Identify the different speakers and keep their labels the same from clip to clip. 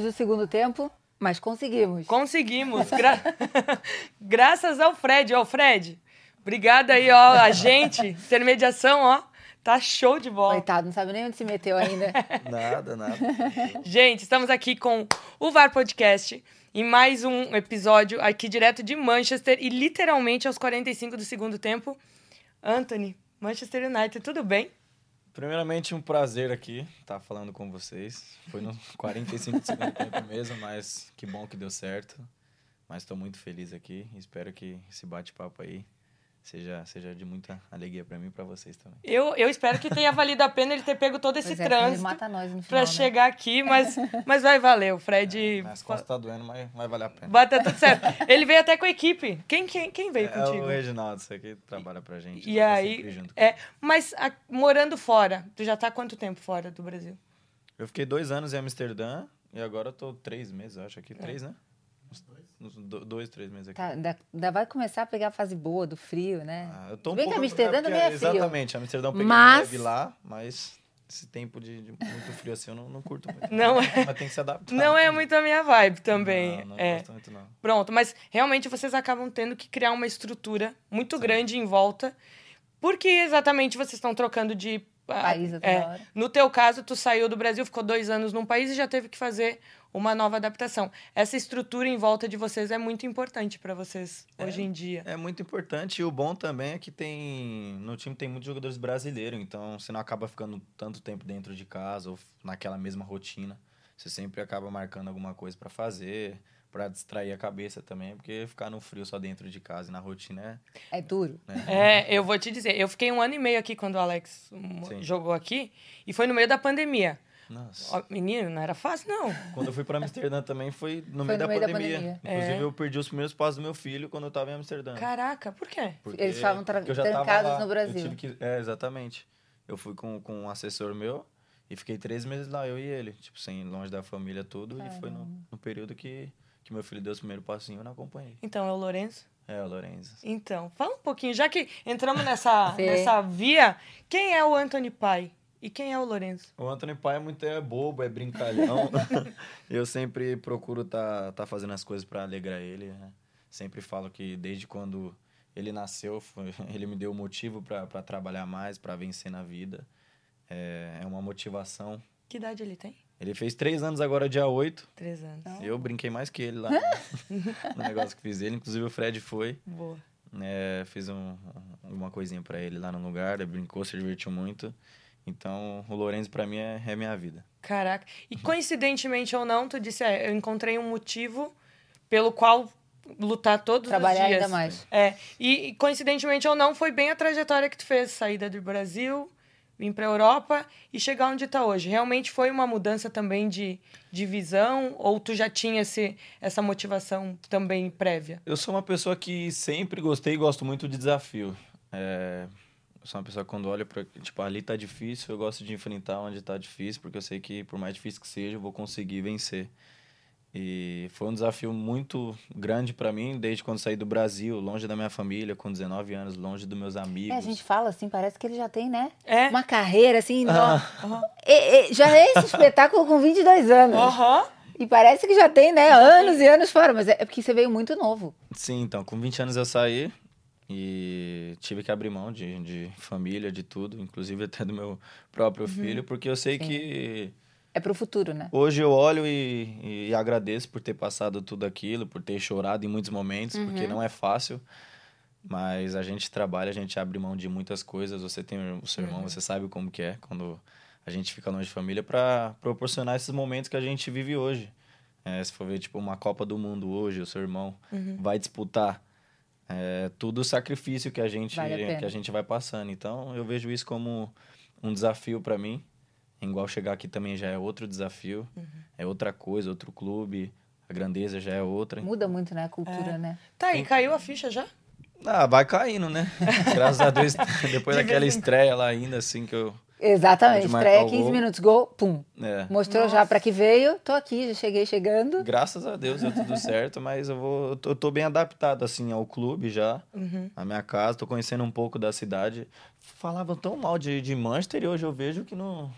Speaker 1: do segundo tempo, mas conseguimos.
Speaker 2: Conseguimos. gra- Graças ao Fred. Ó, Fred, obrigado aí, ó, a gente. Intermediação, ó. Tá show de bola.
Speaker 1: Coitado, não sabe nem onde se meteu ainda.
Speaker 3: Nada, nada.
Speaker 2: Gente, estamos aqui com o VAR Podcast em mais um episódio aqui direto de Manchester e literalmente aos 45 do segundo tempo. Anthony, Manchester United, tudo bem?
Speaker 3: Primeiramente, um prazer aqui estar falando com vocês. Foi nos 45 de segundo tempo mesmo, mas que bom que deu certo. Mas estou muito feliz aqui. Espero que esse bate-papo aí seja, seja de muita alegria para mim e para vocês também.
Speaker 2: Eu, eu espero que tenha valido a pena ele ter pego todo esse
Speaker 1: Pois é, ele
Speaker 2: trânsito
Speaker 1: mata nós no final,
Speaker 2: pra
Speaker 1: né?
Speaker 2: chegar aqui, mas, mas vai valer. O Fred
Speaker 3: Minhas costas tá doendo, mas vai valer a pena.
Speaker 2: bate tudo certo. Ele veio até com a equipe. Quem, quem, quem veio
Speaker 3: É
Speaker 2: contigo?
Speaker 3: o Reginaldo, isso aqui trabalha pra gente.
Speaker 2: E
Speaker 3: nós tá
Speaker 2: aí,
Speaker 3: sempre junto.
Speaker 2: é, mas a- morando fora, tu já tá há quanto tempo fora do Brasil?
Speaker 3: Eu fiquei dois anos em Amsterdã e agora eu tô três meses, eu acho
Speaker 2: É.
Speaker 3: aqui. Três, né? Uns dois? Uns do- dois, três meses aqui.
Speaker 1: Tá, ainda, ainda vai começar a pegar a fase boa do frio, né?
Speaker 3: Ah, eu tô um
Speaker 1: Bem que
Speaker 3: pouco-
Speaker 1: Amsterdã
Speaker 3: porque-
Speaker 1: também é frio.
Speaker 3: Exatamente, Amsterdã eu peguei
Speaker 1: Mas-
Speaker 3: neve lá, mas esse tempo de, de muito frio assim eu não, não curto muito.
Speaker 2: Não
Speaker 3: é. Mas tem que se adaptar.
Speaker 2: Não é muito a minha vibe também.
Speaker 3: Não, não
Speaker 2: é.
Speaker 3: gosto muito não.
Speaker 2: Pronto, mas realmente vocês acabam tendo que criar uma estrutura muito grande em volta, porque exatamente vocês estão trocando de ah,
Speaker 1: País a toda
Speaker 2: é.
Speaker 1: hora.
Speaker 2: No teu caso, tu saiu do Brasil, ficou dois anos num país e já teve que fazer uma nova adaptação. Essa estrutura em volta de vocês é muito importante para vocês hoje em dia.
Speaker 3: É muito importante e o bom também é que tem no time tem muitos jogadores brasileiros, então você não acaba ficando tanto tempo dentro de casa ou naquela mesma rotina. Você sempre acaba marcando alguma coisa pra fazer, pra distrair a cabeça também, porque ficar no frio só dentro de casa e na rotina é
Speaker 1: É duro.
Speaker 2: É, eu vou te dizer, eu fiquei um ano e meio aqui quando o Alex hum,
Speaker 3: Sim.
Speaker 2: jogou aqui e foi no meio da pandemia.
Speaker 3: é, nossa.
Speaker 2: Ó, menino, não era fácil não.
Speaker 3: Quando eu fui pra Amsterdã também foi no,
Speaker 1: Foi no
Speaker 3: meio, da,
Speaker 1: meio da
Speaker 3: pandemia.
Speaker 1: pandemia.
Speaker 3: Inclusive, eu perdi os primeiros passos do meu filho quando eu tava em Amsterdã.
Speaker 2: Caraca, por quê?
Speaker 3: Porque-
Speaker 1: Eles estavam tra-
Speaker 3: porque eu já tava
Speaker 1: trancados
Speaker 3: lá.
Speaker 1: no Brasil.
Speaker 3: Eu tive que- é, exatamente. Eu fui com, com um assessor meu e fiquei três meses lá, eu e ele. Tipo, sem longe da família, tudo. E foi no, no período que, que meu filho deu os primeiros passinhos, eu não acompanhei.
Speaker 2: Então, é o Lourenço?
Speaker 3: É, o Lorenzo.
Speaker 2: Então, fala um pouquinho, já que entramos nessa,
Speaker 1: Sim.
Speaker 2: nessa via, quem é o Anthony Pai e quem é o Lourenço?
Speaker 3: O Anthony Pai é muito é bobo, é brincalhão. eu sempre procuro tá, tá fazendo as coisas pra alegrar ele. né? Sempre falo que desde quando ele nasceu, foi- ele me deu o motivo pra pra trabalhar mais, pra vencer na vida. É, é uma motivação.
Speaker 2: Que idade ele tem?
Speaker 3: Ele fez três anos agora, dia 8.
Speaker 2: Três anos.
Speaker 3: Eu brinquei mais que ele lá né? no negócio que fiz ele. Inclusive o Fred foi.
Speaker 2: Boa.
Speaker 3: É, fiz um, alguma coisinha pra ele lá no lugar. Ele brincou, se divertiu muito. Então o Lourenço pra mim é, é minha vida.
Speaker 2: Caraca. E coincidentemente ou não, tu disse, é, eu encontrei um motivo pelo qual lutar todos os
Speaker 1: Trabalhar
Speaker 2: dias.
Speaker 1: ainda mais.
Speaker 2: É, e e coincidentemente ou não, foi bem a trajetória que tu fez, saída do Brasil, vir pra Europa e chegar onde tá hoje. Realmente foi uma mudança também de, de visão ou tu já tinha esse, essa motivação também prévia?
Speaker 3: Eu sou uma pessoa que sempre gostei e gosto muito de desafio. É, eu sou uma pessoa que quando olha pra. Tipo, ali tá difícil, eu gosto de enfrentar onde tá difícil, porque eu sei que por mais difícil que seja, eu vou conseguir vencer. E foi um desafio muito grande pra mim, desde quando saí do Brasil, longe da minha família, com 19 anos, longe dos meus amigos.
Speaker 1: É, a gente fala assim, parece que ele já tem, né?
Speaker 2: É. Ah.
Speaker 1: Uma carreira assim, nó-
Speaker 2: Aham.
Speaker 1: E- e- já é esse espetáculo com 22 anos.
Speaker 2: Aham.
Speaker 1: E parece que já tem, né? Anos e anos fora, mas é é porque você veio muito novo.
Speaker 3: Sim, então, com 20 anos eu saí e tive que abrir mão de, de família, de tudo, inclusive até do meu próprio filho, porque eu sei
Speaker 1: Uhum. Sim.
Speaker 3: que
Speaker 1: É pro futuro, né?
Speaker 3: Hoje eu olho e, e agradeço por ter passado tudo aquilo, por ter chorado em muitos momentos,
Speaker 1: Uhum.
Speaker 3: porque não é fácil. Mas a gente trabalha, a gente abre mão de muitas coisas. Você tem o seu
Speaker 1: Uhum.
Speaker 3: irmão, você sabe como que é quando a gente fica longe de família para proporcionar esses momentos que a gente vive hoje. É, se for ver, tipo, uma Copa do Mundo hoje, o seu irmão
Speaker 1: Uhum.
Speaker 3: vai disputar. É, tudo o sacrifício que a, gente,
Speaker 1: Vale a pena.
Speaker 3: que a gente vai passando. Então, eu vejo isso como um desafio para mim. Igual chegar aqui também já é outro desafio.
Speaker 1: Uhum.
Speaker 3: É outra coisa, outro clube. A grandeza já é outra.
Speaker 1: Muda muito, né? A cultura, né?
Speaker 2: Tá aí, caiu a ficha já?
Speaker 3: Ah, vai caindo, né? Graças a Deus, depois
Speaker 2: De
Speaker 3: daquela
Speaker 2: vez em
Speaker 3: estreia lá ainda, assim que eu...
Speaker 1: Exatamente.
Speaker 3: Pode marcar
Speaker 1: Estreia
Speaker 3: o
Speaker 1: 15
Speaker 3: gol.
Speaker 1: minutos, gol, pum.
Speaker 3: É.
Speaker 1: Mostrou já pra que veio. Tô aqui, já cheguei chegando.
Speaker 3: Graças a Deus deu tudo certo, mas eu vou. Eu tô, eu tô bem adaptado, assim, ao clube já,
Speaker 1: Uhum.
Speaker 3: à minha casa, tô conhecendo um pouco da cidade. Falavam tão mal de, de Manchester e hoje eu vejo que não.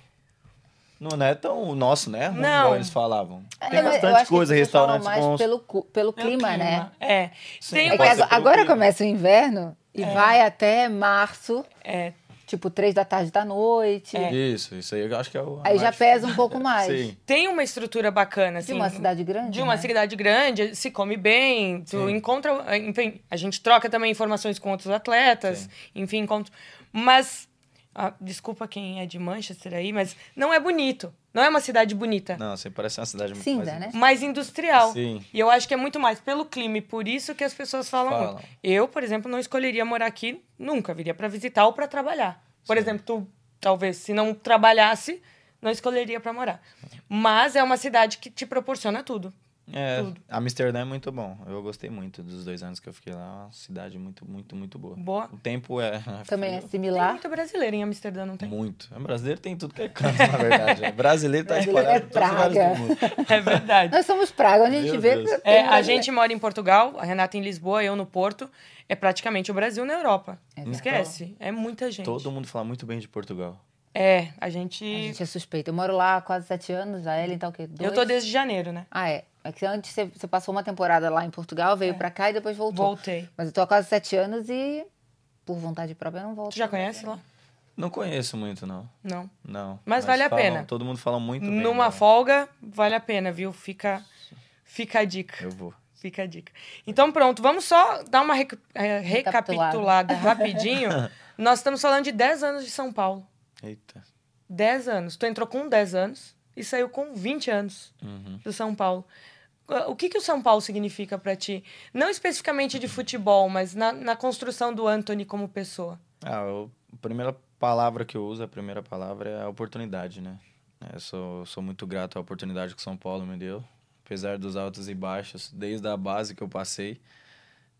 Speaker 3: Não é tão o nosso, né? Ruim,
Speaker 2: Não.
Speaker 3: igual eles falavam. Tem
Speaker 1: É, mas eu
Speaker 3: bastante
Speaker 1: acho que
Speaker 3: coisa,
Speaker 1: as pessoas falam
Speaker 3: restaurantes
Speaker 1: mais
Speaker 3: bons.
Speaker 1: pelo, cu- pelo
Speaker 2: Pelo
Speaker 1: clima, né?
Speaker 2: É.
Speaker 3: Sim.
Speaker 2: Tem
Speaker 1: É que
Speaker 2: uma...
Speaker 3: Pode ser
Speaker 1: agora
Speaker 3: pelo
Speaker 1: agora
Speaker 3: clima.
Speaker 1: começa o inverno e vai até março,
Speaker 2: É,
Speaker 1: tipo três da tarde da noite.
Speaker 3: Isso, isso aí eu acho que é o. a
Speaker 1: Aí já
Speaker 3: mais-
Speaker 1: pesa um pouco mais.
Speaker 3: É, Sim.
Speaker 2: tem uma estrutura bacana,
Speaker 1: De
Speaker 2: assim.
Speaker 1: uma cidade grande.
Speaker 2: De uma
Speaker 1: né?
Speaker 2: cidade grande, se come bem, tu
Speaker 3: Uhum. Sim.
Speaker 2: encontra. Enfim, a gente troca também informações com outros atletas,
Speaker 3: Sim.
Speaker 2: enfim, encontro. Mas. ah, desculpa quem é de Manchester aí, mas não é bonito. Não é uma cidade bonita,
Speaker 3: Não, assim, parece uma cidade muito
Speaker 1: Cinza,
Speaker 3: mais-
Speaker 1: né?
Speaker 2: mas industrial.
Speaker 3: Sim.
Speaker 2: E eu acho que é muito mais pelo clima, e por isso que as pessoas falam,
Speaker 3: Falam.
Speaker 2: muito. Eu, por exemplo, não escolheria morar aqui nunca, viria para visitar ou para trabalhar. Por
Speaker 3: Sim.
Speaker 2: exemplo, tu talvez se não trabalhasse, não escolheria para morar. Mas é uma cidade que te proporciona tudo.
Speaker 3: É,
Speaker 2: Tudo.
Speaker 3: Amsterdã é muito bom. Eu gostei muito dos dois anos que eu fiquei lá. É uma cidade muito, muito, muito boa.
Speaker 2: Boa.
Speaker 3: O tempo é.
Speaker 1: Também é
Speaker 2: Tem
Speaker 1: similar.
Speaker 2: muito brasileiro em Amsterdã, não tem?
Speaker 3: Muito. É, brasileiro tem tudo que é canto, na verdade. né? Brasileiro tá
Speaker 1: Brasileiro
Speaker 3: espalhado
Speaker 1: é
Speaker 3: em todos os lugares
Speaker 1: praga.
Speaker 3: do mundo.
Speaker 2: É verdade.
Speaker 1: Nós somos praga, onde a gente
Speaker 3: Meu
Speaker 1: vê.
Speaker 3: Deus.
Speaker 1: tem
Speaker 2: É, a
Speaker 1: brasileiro.
Speaker 2: gente mora em Portugal, a Renata em Lisboa, eu no Porto. É praticamente o Brasil na Europa.
Speaker 1: Exato.
Speaker 2: Esquece. É muita gente.
Speaker 3: Todo mundo fala muito bem de Portugal.
Speaker 2: É, a
Speaker 1: A
Speaker 2: gente.
Speaker 1: gente é suspeita. Eu moro lá há quase sete anos, a Ellen tá o quê? Dois?
Speaker 2: Eu tô desde janeiro, né?
Speaker 1: Ah, é. É que antes você, você passou uma temporada lá em Portugal, veio pra cá e depois voltou.
Speaker 2: É. Voltei.
Speaker 1: Mas eu tô há quase sete anos e, por vontade própria, eu não volto.
Speaker 2: Tu já conhece lá?
Speaker 3: Não conheço muito, não.
Speaker 2: Não.
Speaker 3: Não.
Speaker 2: Mas vale a
Speaker 3: falam-
Speaker 2: pena.
Speaker 3: Todo mundo fala muito bem. né?
Speaker 2: Numa
Speaker 3: lá.
Speaker 2: folga, vale a pena, viu? Fica, fica a dica.
Speaker 3: Eu vou.
Speaker 2: Fica a dica. Então, pronto, vamos só dar uma recu- eh,
Speaker 1: Recapitulada.
Speaker 2: recapitulada rapidinho. Nós estamos falando de 10 anos de São Paulo.
Speaker 3: Eita.
Speaker 2: 10 anos. Tu entrou com 10 anos e saiu com 20 anos
Speaker 3: Uhum.
Speaker 2: do São Paulo. O que, que o São Paulo significa pra ti? Não especificamente de futebol, mas na, na construção do Anthony como pessoa.
Speaker 3: Ah, eu- a primeira palavra que eu uso, a primeira palavra é a oportunidade, né? Eu sou, sou muito grato à oportunidade que São Paulo me deu, apesar dos altos e baixos, desde a base que eu passei,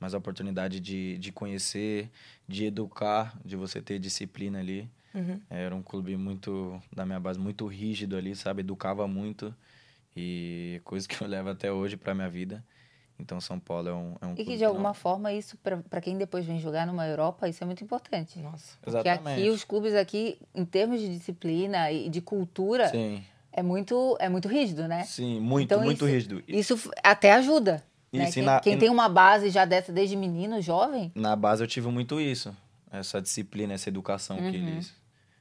Speaker 3: mas a oportunidade de, de conhecer, de educar, de você ter disciplina ali.
Speaker 2: Uhum.
Speaker 3: Era um clube muito, da minha base, muito rígido ali, sabe? Educava muito e é coisa que eu levo até hoje pra minha vida. Então, São Paulo é um, é um
Speaker 1: E
Speaker 3: clube
Speaker 1: que, de
Speaker 3: não-
Speaker 1: alguma forma, isso, pra pra quem depois vem jogar numa Europa, isso é muito importante.
Speaker 2: Nossa.
Speaker 1: Porque aqui, os clubes aqui, em termos de disciplina e de cultura,
Speaker 3: Sim,
Speaker 1: é muito, é muito rígido, né?
Speaker 3: sim, muito,
Speaker 1: Então,
Speaker 3: muito
Speaker 1: isso-
Speaker 3: rígido.
Speaker 1: Isso f- até ajuda. né?
Speaker 3: Isso, e
Speaker 1: Quem,
Speaker 3: na-
Speaker 1: quem
Speaker 3: e-
Speaker 1: tem um uma base já dessa desde menino, jovem,
Speaker 3: na base eu tive muito isso. Essa disciplina, essa educação que,
Speaker 1: Uhum.
Speaker 3: eles,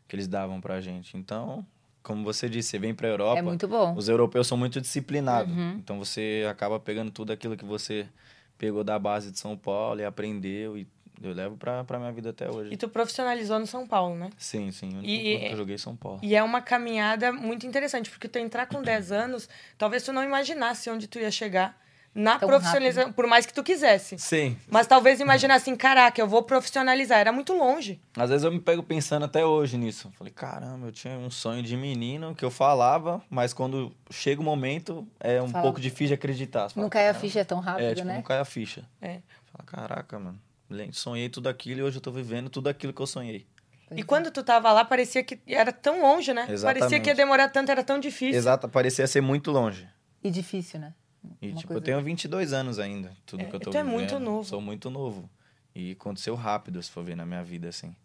Speaker 3: que eles davam pra gente. Então, como você disse, você vem pra Europa.
Speaker 1: é muito bom. Uhum.
Speaker 3: Os europeus são muito disciplinados. Então você acaba pegando tudo aquilo que você pegou da base de São Paulo e aprendeu. E eu levo pra, pra minha vida até hoje.
Speaker 2: E tu profissionalizou no São Paulo, né?
Speaker 3: Sim, sim. O único
Speaker 2: E-
Speaker 3: clube que eu joguei é São Paulo.
Speaker 2: E é uma caminhada muito interessante, porque tu entrar com 10 anos, talvez tu não imaginasse onde tu ia chegar na
Speaker 1: Tão
Speaker 2: profissionalização, por mais que tu quisesse.
Speaker 3: Sim.
Speaker 2: Mas talvez imaginasse assim, caraca, eu vou profissionalizar. Era muito longe.
Speaker 3: Às vezes eu me pego pensando até hoje nisso. Falei, caramba, eu tinha um sonho de menino que eu falava, mas quando chega o momento é um
Speaker 1: Fala-
Speaker 3: pouco difícil de acreditar. Você fala,
Speaker 1: Não cai a
Speaker 3: "Caramba,
Speaker 1: ficha tão rápido,
Speaker 3: É, tipo,
Speaker 1: né?
Speaker 3: não cai a ficha.
Speaker 2: É.
Speaker 3: Fala, caraca, mano. le- Sonhei tudo aquilo e hoje eu tô vivendo tudo aquilo que eu sonhei.
Speaker 1: Pois
Speaker 2: E
Speaker 1: é.
Speaker 2: quando tu tava lá, parecia que era tão longe, né?
Speaker 3: Exatamente.
Speaker 2: Parecia que ia demorar tanto, era tão difícil.
Speaker 3: Exato, parecia ser muito longe.
Speaker 1: E difícil, né?
Speaker 3: E,
Speaker 1: Uma
Speaker 3: tipo, eu
Speaker 1: coisa-
Speaker 3: tenho 22 anos ainda. Tudo
Speaker 2: É,
Speaker 3: que eu tô
Speaker 2: tu é
Speaker 3: vivendo.
Speaker 2: muito novo.
Speaker 3: Sou muito novo. E aconteceu rápido, se for ver, na minha vida, assim.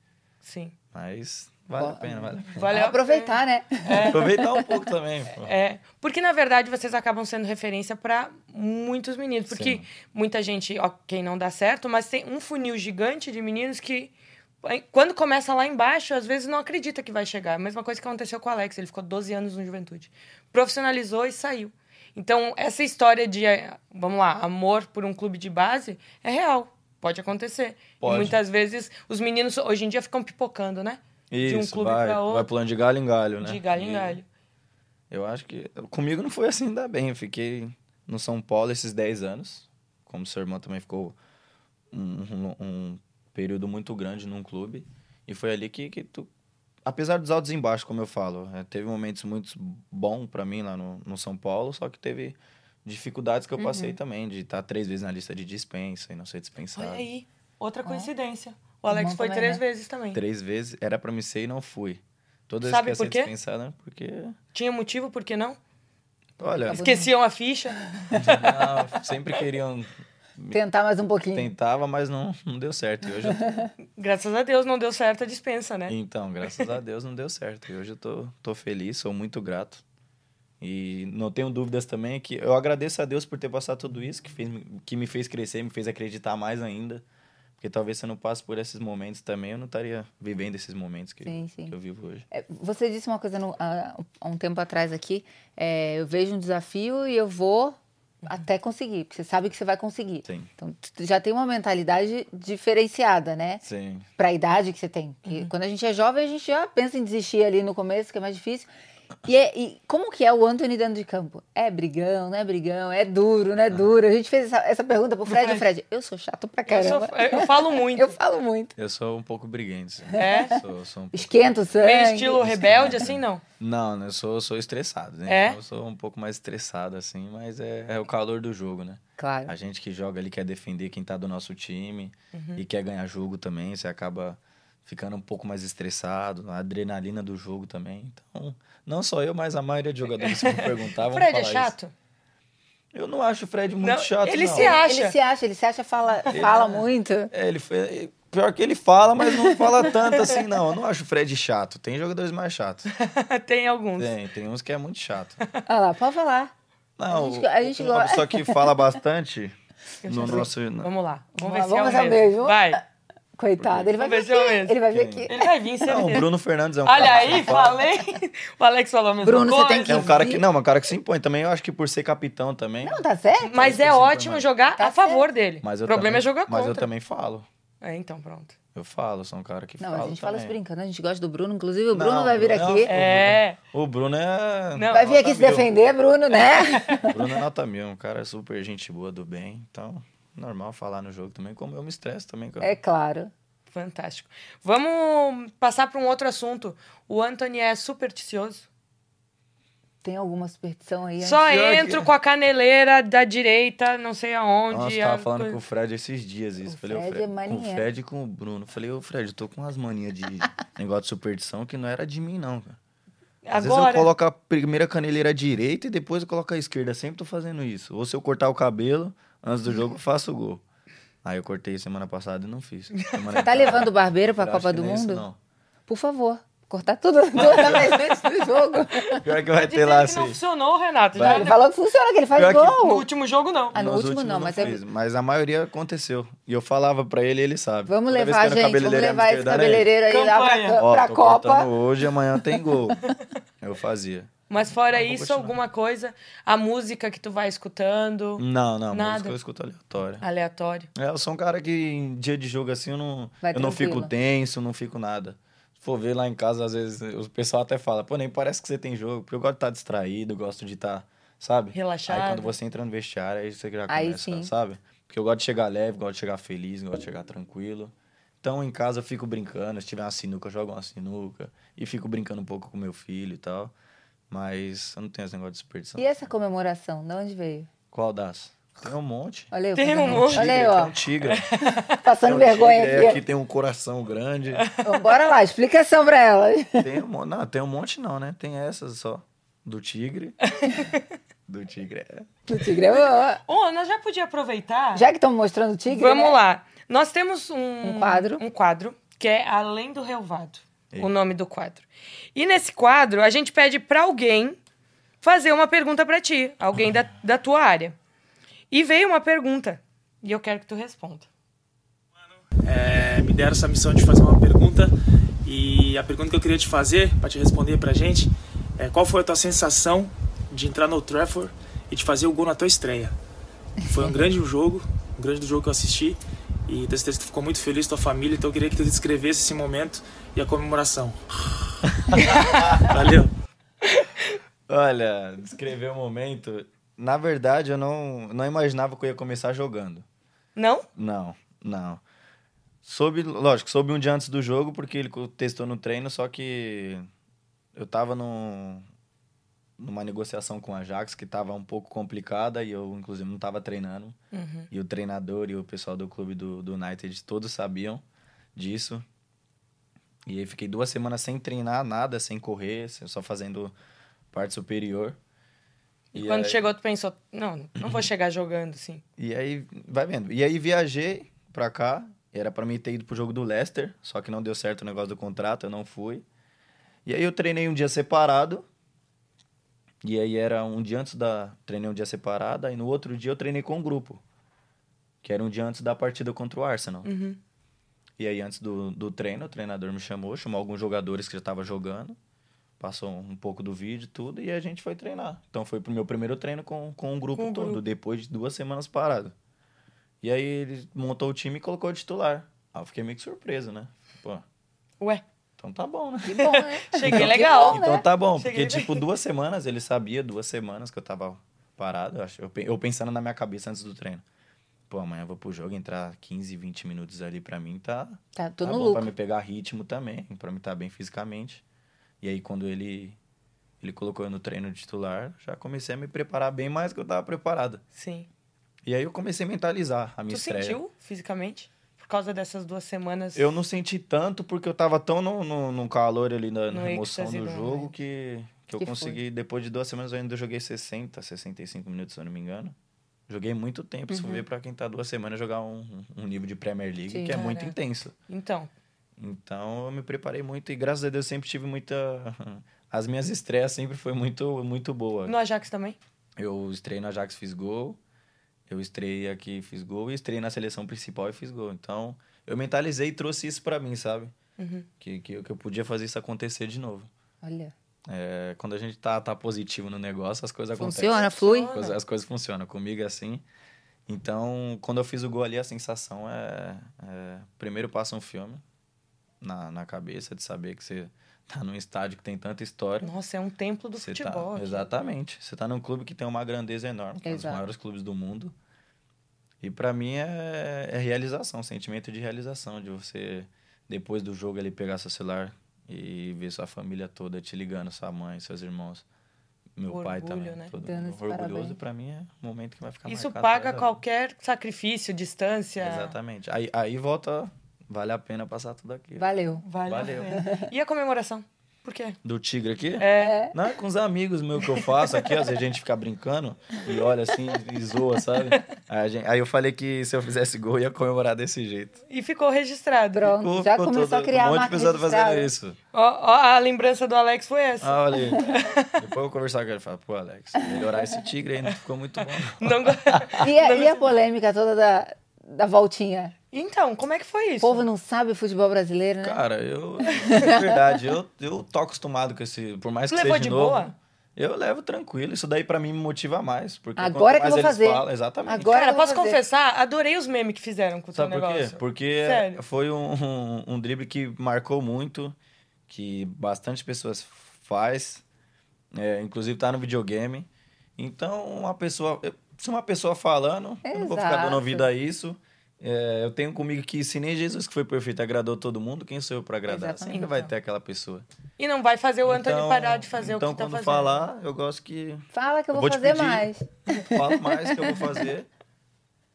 Speaker 2: Sim.
Speaker 3: Mas vale a
Speaker 1: Boa.
Speaker 3: pena, vale a pena.
Speaker 2: Valeu.
Speaker 1: Vamos aproveitar, né?
Speaker 3: Aproveitar um pouco também. pô.
Speaker 2: É, porque na verdade vocês acabam sendo referência para muitos meninos, porque
Speaker 3: Sim.
Speaker 2: muita gente, ó, quem não dá certo, mas tem um funil gigante de meninos que eh, quando começa lá embaixo, às vezes não acredita que vai chegar. A mesma coisa que aconteceu com o Alex, ele ficou 12 anos no Juventude. Profissionalizou e saiu. Então, essa história de, eh, vamos lá, amor por um clube de base é real. Pode acontecer. E
Speaker 3: Pode.
Speaker 2: muitas vezes os meninos hoje em dia ficam pipocando, né? de
Speaker 3: Isso,
Speaker 2: um clube
Speaker 3: vai,
Speaker 2: pra outro.
Speaker 3: vai pulando de galho em galho, né?
Speaker 2: De galho em
Speaker 3: E
Speaker 2: galho.
Speaker 3: Eu acho que... Comigo não foi assim ainda bem. Eu fiquei no São Paulo esses 10 anos. Como seu irmão também ficou um, um- um período muito grande num clube. E foi ali que, que tu... Apesar dos altos e baixos, como eu falo, eh, teve momentos muito bons pra mim lá no, no São Paulo, só que teve dificuldades que eu
Speaker 2: Uhum.
Speaker 3: passei também, de estar três vezes na lista de dispensa e não ser dispensado.
Speaker 2: Olha aí, outra
Speaker 1: Ó.
Speaker 2: coincidência. O Alex
Speaker 1: Bom
Speaker 2: foi
Speaker 1: É. também,
Speaker 2: três
Speaker 1: né?
Speaker 2: vezes também.
Speaker 3: Três vezes era pra me ser e não fui. Todas
Speaker 2: Sabe
Speaker 3: as vezes
Speaker 2: por
Speaker 3: que eu ia
Speaker 2: quê?
Speaker 3: ser dispensado, né? porque...
Speaker 2: Tinha motivo,
Speaker 1: Tá
Speaker 2: por que não?
Speaker 3: Olha,
Speaker 1: Acabou
Speaker 2: Esqueciam a ficha.
Speaker 3: não, sempre queriam
Speaker 1: Tentar mais um pouquinho.
Speaker 3: Tentava, mas não, não deu certo. E hoje eu tô-
Speaker 2: Graças a Deus não deu certo a dispensa, né?
Speaker 3: Então, graças a Deus não deu certo. E hoje eu tô, tô feliz, sou muito grato. E não tenho dúvidas também que eu agradeço a Deus por ter passado tudo isso, que, fez, que me fez crescer, me fez acreditar mais ainda. Porque talvez se eu não passe por esses momentos também, eu não estaria vivendo esses momentos que,
Speaker 1: Sim, sim.
Speaker 3: que eu vivo hoje.
Speaker 1: É, Você disse uma coisa no- há há um tempo atrás aqui. é, eu vejo um desafio e eu vou
Speaker 2: Uhum.
Speaker 1: até conseguir. Porque você sabe que você vai conseguir.
Speaker 3: Sim.
Speaker 1: Então, tu já tem uma mentalidade diferenciada, né?
Speaker 3: Sim.
Speaker 1: Pra idade que você tem. Porque
Speaker 2: Uhum.
Speaker 1: Quando a gente é jovem, a gente já pensa em desistir ali no começo, que é mais difícil. E, é- e como que é o Anthony dentro de campo? É brigão, não é brigão? É duro, não é duro? A gente fez essa, essa pergunta pro Fred. O Fred, eu sou chato pra
Speaker 2: Eu, sou-
Speaker 1: caramba.
Speaker 2: eu falo muito.
Speaker 1: Eu falo muito.
Speaker 3: Eu sou um pouco briguento. sim.
Speaker 2: É?
Speaker 3: Sou, sou um pouco-
Speaker 1: Esquenta o sangue.
Speaker 2: Meio estilo rebelde, assim, não.
Speaker 3: Não, né, eu sou, sou estressado, né?
Speaker 2: É?
Speaker 3: Eu sou um pouco mais estressado, assim, mas é, é o calor do jogo, né?
Speaker 2: É.
Speaker 1: Claro.
Speaker 3: A gente que joga ali quer defender quem tá do nosso time
Speaker 2: Uhum.
Speaker 3: e quer ganhar jogo também. Você acaba ficando um pouco mais estressado, a adrenalina do jogo também. Então, não só eu, mas a maioria de jogadores que me perguntavam.
Speaker 2: Fred é
Speaker 3: falar
Speaker 2: chato?
Speaker 3: Isso. Eu não acho o Fred muito
Speaker 2: Não,
Speaker 3: chato,
Speaker 2: ele
Speaker 3: não.
Speaker 2: se acha.
Speaker 1: Ele se acha, ele se acha, fala, fala muito.
Speaker 3: É, ele foi. Pior que ele fala, mas não fala tanto assim, não. Eu não acho o Fred chato. Tem jogadores mais chatos.
Speaker 2: Tem alguns.
Speaker 3: Tem, tem uns que é muito chato.
Speaker 1: Olha lá, pode falar.
Speaker 3: Não,
Speaker 1: A gente- a
Speaker 3: o-
Speaker 1: gente
Speaker 3: uma
Speaker 1: gosta.
Speaker 3: pessoa que fala bastante
Speaker 2: Eu
Speaker 3: no
Speaker 2: já sei.
Speaker 3: nosso.
Speaker 2: Vamos lá.
Speaker 1: Vamos
Speaker 2: Vamos, ver
Speaker 1: lá,
Speaker 2: se é
Speaker 1: vamos
Speaker 2: o
Speaker 1: ao
Speaker 2: mesmo.
Speaker 1: mesmo.
Speaker 2: Vai.
Speaker 1: Coitado, ele vai
Speaker 2: Vamos
Speaker 1: vir
Speaker 2: ver se é o
Speaker 1: aqui.
Speaker 2: mesmo.
Speaker 1: Ele vai vir
Speaker 3: Quem?
Speaker 1: aqui.
Speaker 2: Ele vai vir,
Speaker 3: Não, o
Speaker 2: certeza.
Speaker 3: Bruno Fernandes é um
Speaker 2: Olha
Speaker 3: cara.
Speaker 2: aí, falei. O Alex falou a mesma
Speaker 1: Bruno, você
Speaker 2: coisa.
Speaker 1: tem
Speaker 3: É um
Speaker 1: que
Speaker 3: cara
Speaker 1: vi-
Speaker 3: que. Não, é um cara que se impõe também. Eu acho que por ser capitão também.
Speaker 1: Não, tá certo?
Speaker 2: Mas é
Speaker 3: Sim,
Speaker 2: ótimo
Speaker 3: um mas-
Speaker 2: jogar
Speaker 1: Tá
Speaker 2: a favor dele.
Speaker 3: Mas eu
Speaker 2: o problema
Speaker 3: também-
Speaker 2: é jogar
Speaker 3: Mas eu
Speaker 2: contra.
Speaker 3: também falo.
Speaker 2: É, então, pronto.
Speaker 3: Eu falo, sou um cara que
Speaker 1: Não,
Speaker 3: fala.
Speaker 1: mas a gente fala isso
Speaker 3: também.
Speaker 1: brincando, a gente gosta do Bruno. Inclusive, o Bruno
Speaker 3: Não,
Speaker 1: vai vir
Speaker 3: Bruno é
Speaker 1: aqui.
Speaker 3: um-
Speaker 2: É.
Speaker 3: O Bruno é.
Speaker 2: Não.
Speaker 1: Vai vir aqui se
Speaker 3: nota mil.
Speaker 1: defender, Bruno, né?
Speaker 3: O Bruno é nota mil, um cara super gente boa do bem. Então, normal falar no jogo também, como eu me estresso também. cara.
Speaker 1: É claro.
Speaker 2: Fantástico. Vamos passar para um outro assunto. O Anthony é supersticioso.
Speaker 1: Tem alguma superstição aí?
Speaker 2: Só
Speaker 3: pior que-
Speaker 2: entro com a caneleira da direita, não sei aonde.
Speaker 3: Nossa,
Speaker 2: a
Speaker 3: tava falando
Speaker 2: coisa-
Speaker 3: com o Fred esses dias isso.
Speaker 1: O
Speaker 3: Falei,
Speaker 1: Fred
Speaker 3: Fred,
Speaker 1: é
Speaker 3: com o
Speaker 1: maninheiro.
Speaker 3: Fred e com o Bruno. Falei, ô Fred, eu tô com umas manias de negócio de superstição que não era de mim, não, cara. Às vezes
Speaker 2: Agora.
Speaker 3: eu coloco a primeira caneleira à direita e depois eu coloco a esquerda. Sempre tô fazendo isso. Ou se eu cortar o cabelo, antes do jogo, eu faço o gol. Aí eu cortei semana passada e não fiz. Você
Speaker 1: Tá levando o barbeiro pra
Speaker 3: Eu
Speaker 1: Copa
Speaker 3: acho que
Speaker 1: do
Speaker 3: não é isso,
Speaker 1: Mundo?
Speaker 3: não.
Speaker 1: Por favor, cortar tudo toda vez antes do jogo.
Speaker 3: Pior que vai ter
Speaker 2: Dizendo
Speaker 3: lá,
Speaker 2: que não
Speaker 3: assim.
Speaker 2: funcionou, Renato.
Speaker 1: Não,
Speaker 2: Já
Speaker 1: ele falou que funciona, que ele faz
Speaker 3: Pior que
Speaker 2: No
Speaker 1: gol.
Speaker 2: último jogo, não.
Speaker 1: Ah, no
Speaker 3: Nos
Speaker 1: último
Speaker 3: últimos
Speaker 1: não, mas é-
Speaker 3: fiz, mas a maioria aconteceu. E eu falava pra ele, ele sabe.
Speaker 1: Vamos
Speaker 3: Toda vez
Speaker 1: levar,
Speaker 3: que era
Speaker 1: gente, vamos
Speaker 3: cabeleireiro
Speaker 1: levar esse
Speaker 3: Amsterdã, era ele.
Speaker 1: cabeleireiro aí
Speaker 2: Campanha.
Speaker 1: lá
Speaker 3: Ó,
Speaker 1: pra, pra
Speaker 3: tô
Speaker 1: Copa.
Speaker 3: cortando hoje, amanhã tem gol. Eu fazia.
Speaker 2: Mas fora
Speaker 3: Vamos
Speaker 2: isso,
Speaker 3: continuar.
Speaker 2: alguma coisa, a música que tu vai escutando,
Speaker 3: Não, não,
Speaker 2: Nada.
Speaker 3: música eu escuto aleatória.
Speaker 2: aleatório.
Speaker 3: É, eu sou um cara que em dia de jogo assim eu não,
Speaker 1: Vai
Speaker 3: eu não fico
Speaker 1: tranquilo.
Speaker 3: tenso, não fico nada. Se for ver lá em casa, às vezes o pessoal até fala, pô, nem parece que você tem jogo, porque eu gosto de estar distraído, gosto de estar, sabe?
Speaker 2: Relaxado.
Speaker 3: Aí quando você entra no vestiário, aí você já
Speaker 1: Aí
Speaker 3: começa,
Speaker 1: sim.
Speaker 3: sabe? Porque eu gosto de chegar leve, gosto de chegar feliz, gosto de chegar tranquilo. Então em casa eu fico brincando, se tiver uma sinuca, eu jogo uma sinuca. E fico brincando um pouco com meu filho e tal. Mas eu não tenho esse negócio de superstição.
Speaker 1: E essa comemoração, de onde veio?
Speaker 3: Qual das? Tem um monte.
Speaker 1: Olha aí,
Speaker 2: Tem
Speaker 1: fazendo-
Speaker 2: um monte.
Speaker 1: Olha aí,
Speaker 3: Tigre,
Speaker 1: ó,
Speaker 3: Tem um tigre. Tem
Speaker 1: passando
Speaker 3: um
Speaker 1: vergonha
Speaker 3: tigre,
Speaker 1: aqui.
Speaker 3: é, Aqui tem um coração grande.
Speaker 1: Então, Bora lá, explicação pra ela.
Speaker 3: Tem um, mon- não, tem um monte não, né? Tem essas só. Do tigre. Do tigre, é.
Speaker 1: Do tigre. Eu- eu-
Speaker 2: Ô, nós já podia aproveitar.
Speaker 1: Já que estamos mostrando o tigre,
Speaker 2: Vamos
Speaker 1: né?
Speaker 2: lá. Nós temos um,
Speaker 1: Um quadro.
Speaker 2: um quadro que é Além do Relvado,
Speaker 3: Ei.
Speaker 2: o nome do quadro. E nesse quadro, a gente pede pra alguém fazer uma pergunta pra ti, alguém da, da tua área. E veio uma pergunta, e eu quero que tu responda.
Speaker 4: É, me deram essa missão de fazer uma pergunta e a pergunta que eu queria te fazer para te responder pra gente é qual foi a tua sensação de entrar no Old Trafford e de fazer o gol na tua estreia? Foi um grande jogo, um grande jogo que eu assisti e tenho certeza que tu ficou muito feliz tua família, então eu queria que tu descrevesse esse momento e a comemoração. Valeu.
Speaker 3: Olha, descrever o momento. Na verdade, eu não, não imaginava que eu ia começar jogando.
Speaker 2: Não?
Speaker 3: Não, não. Soube, lógico, soube um dia antes do jogo, porque ele co- testou no treino, só que eu tava num, numa negociação com a Ajax que tava um pouco complicada e eu, inclusive, não tava treinando. E o treinador e o pessoal do clube do, do United todos sabiam disso. E aí fiquei duas semanas sem treinar nada, sem correr, sem- só fazendo parte superior.
Speaker 2: E,
Speaker 3: E
Speaker 2: quando
Speaker 3: aí- Uhum.
Speaker 2: chegou, tu pensou, não, não vou chegar jogando, assim.
Speaker 3: E aí, vai vendo. E aí viajei pra cá. Era pra mim ter ido pro jogo do Leicester, só que não deu certo o negócio do contrato, eu não fui. E aí eu treinei um dia separado. E aí era um dia antes da. Treinei um dia separado, aí no outro dia eu treinei com o grupo. Que era um dia antes da partida contra o Arsenal. E aí, antes do, do treino, o treinador me chamou, chamou alguns jogadores que já estavam jogando, passou um pouco do vídeo e tudo, e a gente foi treinar. Então, foi pro meu primeiro treino com, com o grupo
Speaker 2: Com o
Speaker 3: todo,
Speaker 2: grupo.
Speaker 3: depois de duas semanas parado. E aí, ele montou o time e colocou o titular. Ah, eu fiquei meio que surpreso, né? Pô,
Speaker 2: Ué,
Speaker 3: então tá bom, né?
Speaker 1: Que bom, né?
Speaker 2: cheguei
Speaker 1: Então,
Speaker 2: é legal.
Speaker 1: que bom, né?
Speaker 3: Então tá bom,
Speaker 2: Cheguei
Speaker 3: porque, tipo, duas semanas, ele sabia, duas semanas que eu tava parado, eu, acho, eu, pe- eu pensando na minha cabeça antes do treino. Pô, amanhã eu vou pro jogo, entrar 15, 20 minutos ali pra mim, tá,
Speaker 1: Tá, tô
Speaker 3: tá
Speaker 1: no
Speaker 3: bom pra
Speaker 1: lucro.
Speaker 3: me pegar ritmo também, pra me estar bem fisicamente. E aí quando ele ele colocou eu no treino de titular, já comecei a me preparar bem mais do que eu tava preparado.
Speaker 2: Sim.
Speaker 3: E aí eu comecei a mentalizar a minha
Speaker 2: Tu
Speaker 3: estreia.
Speaker 2: sentiu fisicamente? Por causa dessas duas semanas?
Speaker 3: Eu não senti tanto porque eu tava tão no, no, no calor ali, na, na
Speaker 2: No
Speaker 3: emoção
Speaker 2: êxtase
Speaker 3: do
Speaker 2: do
Speaker 3: jogo
Speaker 2: momento.
Speaker 3: que, que eu
Speaker 1: Que foi.
Speaker 3: consegui. Depois de duas semanas eu ainda joguei 60, 65 minutos, se eu não me engano. Joguei muito tempo. Se for ver pra quem tá duas semanas jogar um, um nível de Premier League,
Speaker 1: Sim.
Speaker 3: que é muito
Speaker 2: Caraca.
Speaker 3: intenso.
Speaker 2: Então,
Speaker 3: Então eu me preparei muito e graças a Deus sempre tive muita. As minhas estreias sempre foi muito, muito boa.
Speaker 2: no Ajax também?
Speaker 3: Eu estrei na Ajax, fiz gol. Eu estrei aqui, fiz gol. E estrei na seleção principal e fiz gol. Então eu mentalizei e trouxe isso pra mim, sabe? Que, que, eu- que eu podia fazer isso acontecer de novo.
Speaker 1: Olha,
Speaker 3: É, quando a gente tá, tá positivo no negócio, as coisas acontecem.
Speaker 1: funciona, flui.
Speaker 3: As coisas- As coisas funcionam. Comigo é assim. Então, quando eu fiz o gol ali, a sensação é. é, primeiro passa um filme na, na cabeça de saber que você tá num estádio que tem tanta história.
Speaker 2: Nossa, é um templo do
Speaker 3: Você tá-
Speaker 2: futebol. aqui.
Speaker 3: exatamente. Você tá num clube que tem uma grandeza enorme, que é um dos
Speaker 1: Exato.
Speaker 3: maiores clubes do mundo. E pra mim é, é realização, sentimento de realização, de você, depois do jogo, ali pegar seu celular e ver sua família toda te ligando, sua mãe, seus irmãos, meu
Speaker 2: O
Speaker 3: pai
Speaker 2: orgulho,
Speaker 3: também.
Speaker 2: né?
Speaker 3: Todo
Speaker 1: Dando
Speaker 3: mundo.
Speaker 1: os
Speaker 3: Orgulhoso,
Speaker 1: parabéns.
Speaker 3: pra mim, é um momento que vai ficar
Speaker 2: Isso
Speaker 3: marcado
Speaker 2: paga
Speaker 3: pra-
Speaker 2: qualquer sacrifício, distância.
Speaker 3: Exatamente. Aí, aí volta, vale a pena passar tudo aquilo.
Speaker 1: Valeu.
Speaker 2: Vale. a
Speaker 3: Valeu.
Speaker 2: pena. E a comemoração? Por quê?
Speaker 3: Do tigre aqui?
Speaker 2: É.
Speaker 3: Não, é com os amigos meus que eu faço aqui, às vezes a gente fica brincando e olha assim e zoa, sabe? Aí, a gente- aí eu falei que se eu fizesse gol eu ia comemorar desse jeito.
Speaker 2: E ficou registrado.
Speaker 1: Pronto,
Speaker 3: Ficou-
Speaker 1: já
Speaker 3: ficou
Speaker 1: começou
Speaker 3: todo-
Speaker 1: a criar a
Speaker 3: Um monte de
Speaker 1: marca
Speaker 3: pessoas fazendo
Speaker 1: registrada.
Speaker 3: isso.
Speaker 2: Ó, ó, a lembrança do Alex foi essa.
Speaker 3: Ah, olha aí. Depois eu vou conversar com ele e falar, pô, Alex, melhorar esse tigre aí não ficou muito bom.
Speaker 2: Não go-
Speaker 1: E a, e a polêmica toda da, da voltinha?
Speaker 2: Então, como é que foi
Speaker 1: O
Speaker 2: isso?
Speaker 1: povo não sabe futebol brasileiro, né?
Speaker 3: Cara, eu. É verdade, eu, eu tô acostumado com esse. Por mais
Speaker 2: Tu
Speaker 3: que
Speaker 2: levou
Speaker 3: seja
Speaker 2: de
Speaker 3: novo,
Speaker 2: boa?
Speaker 3: Eu levo tranquilo. Isso daí pra mim me motiva mais. Porque quanto
Speaker 1: Agora que eu
Speaker 3: mais
Speaker 1: vou
Speaker 3: eles
Speaker 1: fazer.
Speaker 3: falam- exatamente.
Speaker 1: Agora eu
Speaker 2: Cara,
Speaker 1: vou
Speaker 2: posso
Speaker 1: fazer.
Speaker 2: confessar? Adorei os memes que fizeram com o teu
Speaker 3: Sabe por quê?
Speaker 2: negócio.
Speaker 3: Porque
Speaker 2: Sério.
Speaker 3: foi um, um, um drible que marcou muito, que bastante pessoas faz, é, inclusive tá no videogame. Então, uma pessoa. eu- Se uma pessoa falando, eu não vou ficar
Speaker 1: Exato.
Speaker 3: dando ouvido a isso. É, eu tenho comigo que se nem Jesus que foi perfeito agradou todo mundo, quem sou eu pra agradar?
Speaker 1: Exatamente.
Speaker 3: Sempre vai ter aquela pessoa.
Speaker 2: E não vai fazer o Anthony parar de fazer
Speaker 3: então,
Speaker 2: o que tá
Speaker 3: quando
Speaker 2: fazendo.
Speaker 3: falar, eu gosto que
Speaker 1: Fala que eu
Speaker 3: Eu
Speaker 1: vou,
Speaker 3: vou te
Speaker 1: fazer
Speaker 3: pedir.
Speaker 1: mais.
Speaker 3: falo mais que eu vou fazer.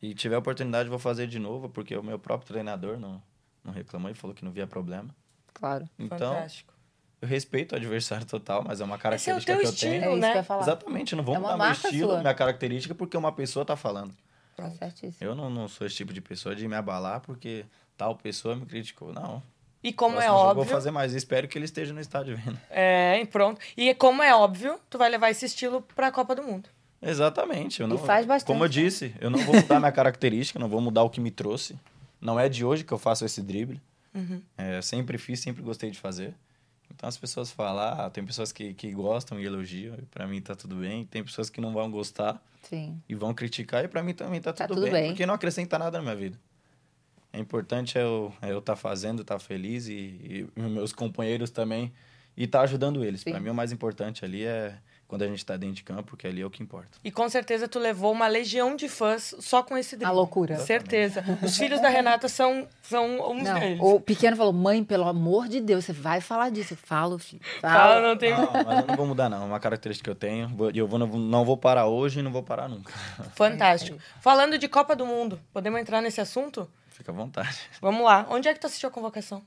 Speaker 3: E tiver oportunidade, eu vou fazer de novo, porque o meu próprio treinador não, não reclamou e falou que não via problema.
Speaker 1: Claro.
Speaker 3: Então,
Speaker 2: Fantástico.
Speaker 3: eu respeito o adversário total, mas é uma
Speaker 2: Esse é o
Speaker 3: característica
Speaker 2: teu
Speaker 3: que eu
Speaker 1: É
Speaker 2: estilo,
Speaker 3: tenho.
Speaker 1: isso
Speaker 2: né?
Speaker 1: que eu ia falar.
Speaker 3: Exatamente, não vou
Speaker 1: É uma
Speaker 3: mudar meu
Speaker 1: marca
Speaker 3: estilo,
Speaker 1: sua.
Speaker 3: minha característica, porque uma pessoa tá falando.
Speaker 1: Tá certíssimo.
Speaker 3: Eu não, não sou esse tipo de pessoa de me abalar porque tal pessoa me criticou. Não.
Speaker 2: E como é
Speaker 3: Próximo jogo eu
Speaker 2: óbvio.
Speaker 3: vou fazer mais. Espero que ele esteja no estádio vendo.
Speaker 2: É, e pronto. E como é óbvio, tu vai levar esse estilo pra Copa do Mundo.
Speaker 3: Exatamente. Eu não,
Speaker 1: faz bastante,
Speaker 3: Como eu
Speaker 1: né?
Speaker 3: disse, eu não vou mudar minha característica, não vou mudar o que me trouxe. Não é de hoje que eu faço esse drible.
Speaker 1: Uhum.
Speaker 3: É, sempre fiz, sempre gostei de fazer. Então as pessoas falam, ah, tem pessoas que, que gostam e elogiam, e pra mim tá tudo bem. Tem pessoas que não vão gostar
Speaker 1: Sim.
Speaker 3: e vão criticar, e pra mim também tá tudo,
Speaker 1: Tá tudo
Speaker 3: bem,
Speaker 1: bem.
Speaker 3: Porque não acrescenta nada na minha vida. É importante é eu estar eu tá fazendo, estar feliz e, e os meus companheiros também e tá ajudando eles.
Speaker 1: Sim.
Speaker 3: Pra mim o mais importante ali é quando a gente tá dentro de campo, porque ali é o que importa.
Speaker 2: E com certeza tu levou uma legião de fãs só com esse drible.
Speaker 1: A loucura.
Speaker 2: Certeza. Os filhos da Renata são, são uns deles.
Speaker 1: Não, o pequeno falou, mãe, pelo amor de Deus, você vai falar disso. Eu falo, filho.
Speaker 2: Fala,
Speaker 1: Fala.
Speaker 2: não tem...
Speaker 3: Não, mas eu não vou mudar, não. É uma característica que eu tenho. Vou- E eu vou, não, vou- não vou parar hoje e não vou parar nunca.
Speaker 2: Fantástico. Falando de Copa do Mundo, podemos entrar nesse assunto?
Speaker 3: Fica à vontade.
Speaker 2: Vamos lá. Onde é que tu assistiu a convocação?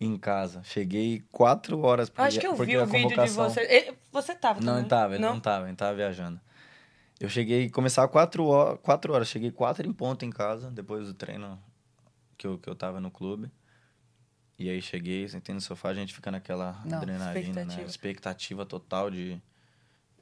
Speaker 3: em casa. Cheguei quatro horas
Speaker 2: Eu acho que eu
Speaker 3: porque
Speaker 2: vi o
Speaker 3: a
Speaker 2: vídeo de
Speaker 3: convocação-
Speaker 2: você. Ele- Você tava
Speaker 3: Não,
Speaker 2: também?
Speaker 3: ele tava, ele não, tava, ele tava viajando. Eu cheguei, começava quatro horas, quatro horas, cheguei quatro em ponto em casa, depois do treino que eu, que eu tava no clube. E aí cheguei, sentei no sofá, a gente fica naquela
Speaker 1: Não,
Speaker 3: adrenalina, né?
Speaker 2: expectativa.
Speaker 3: Expectativa total de...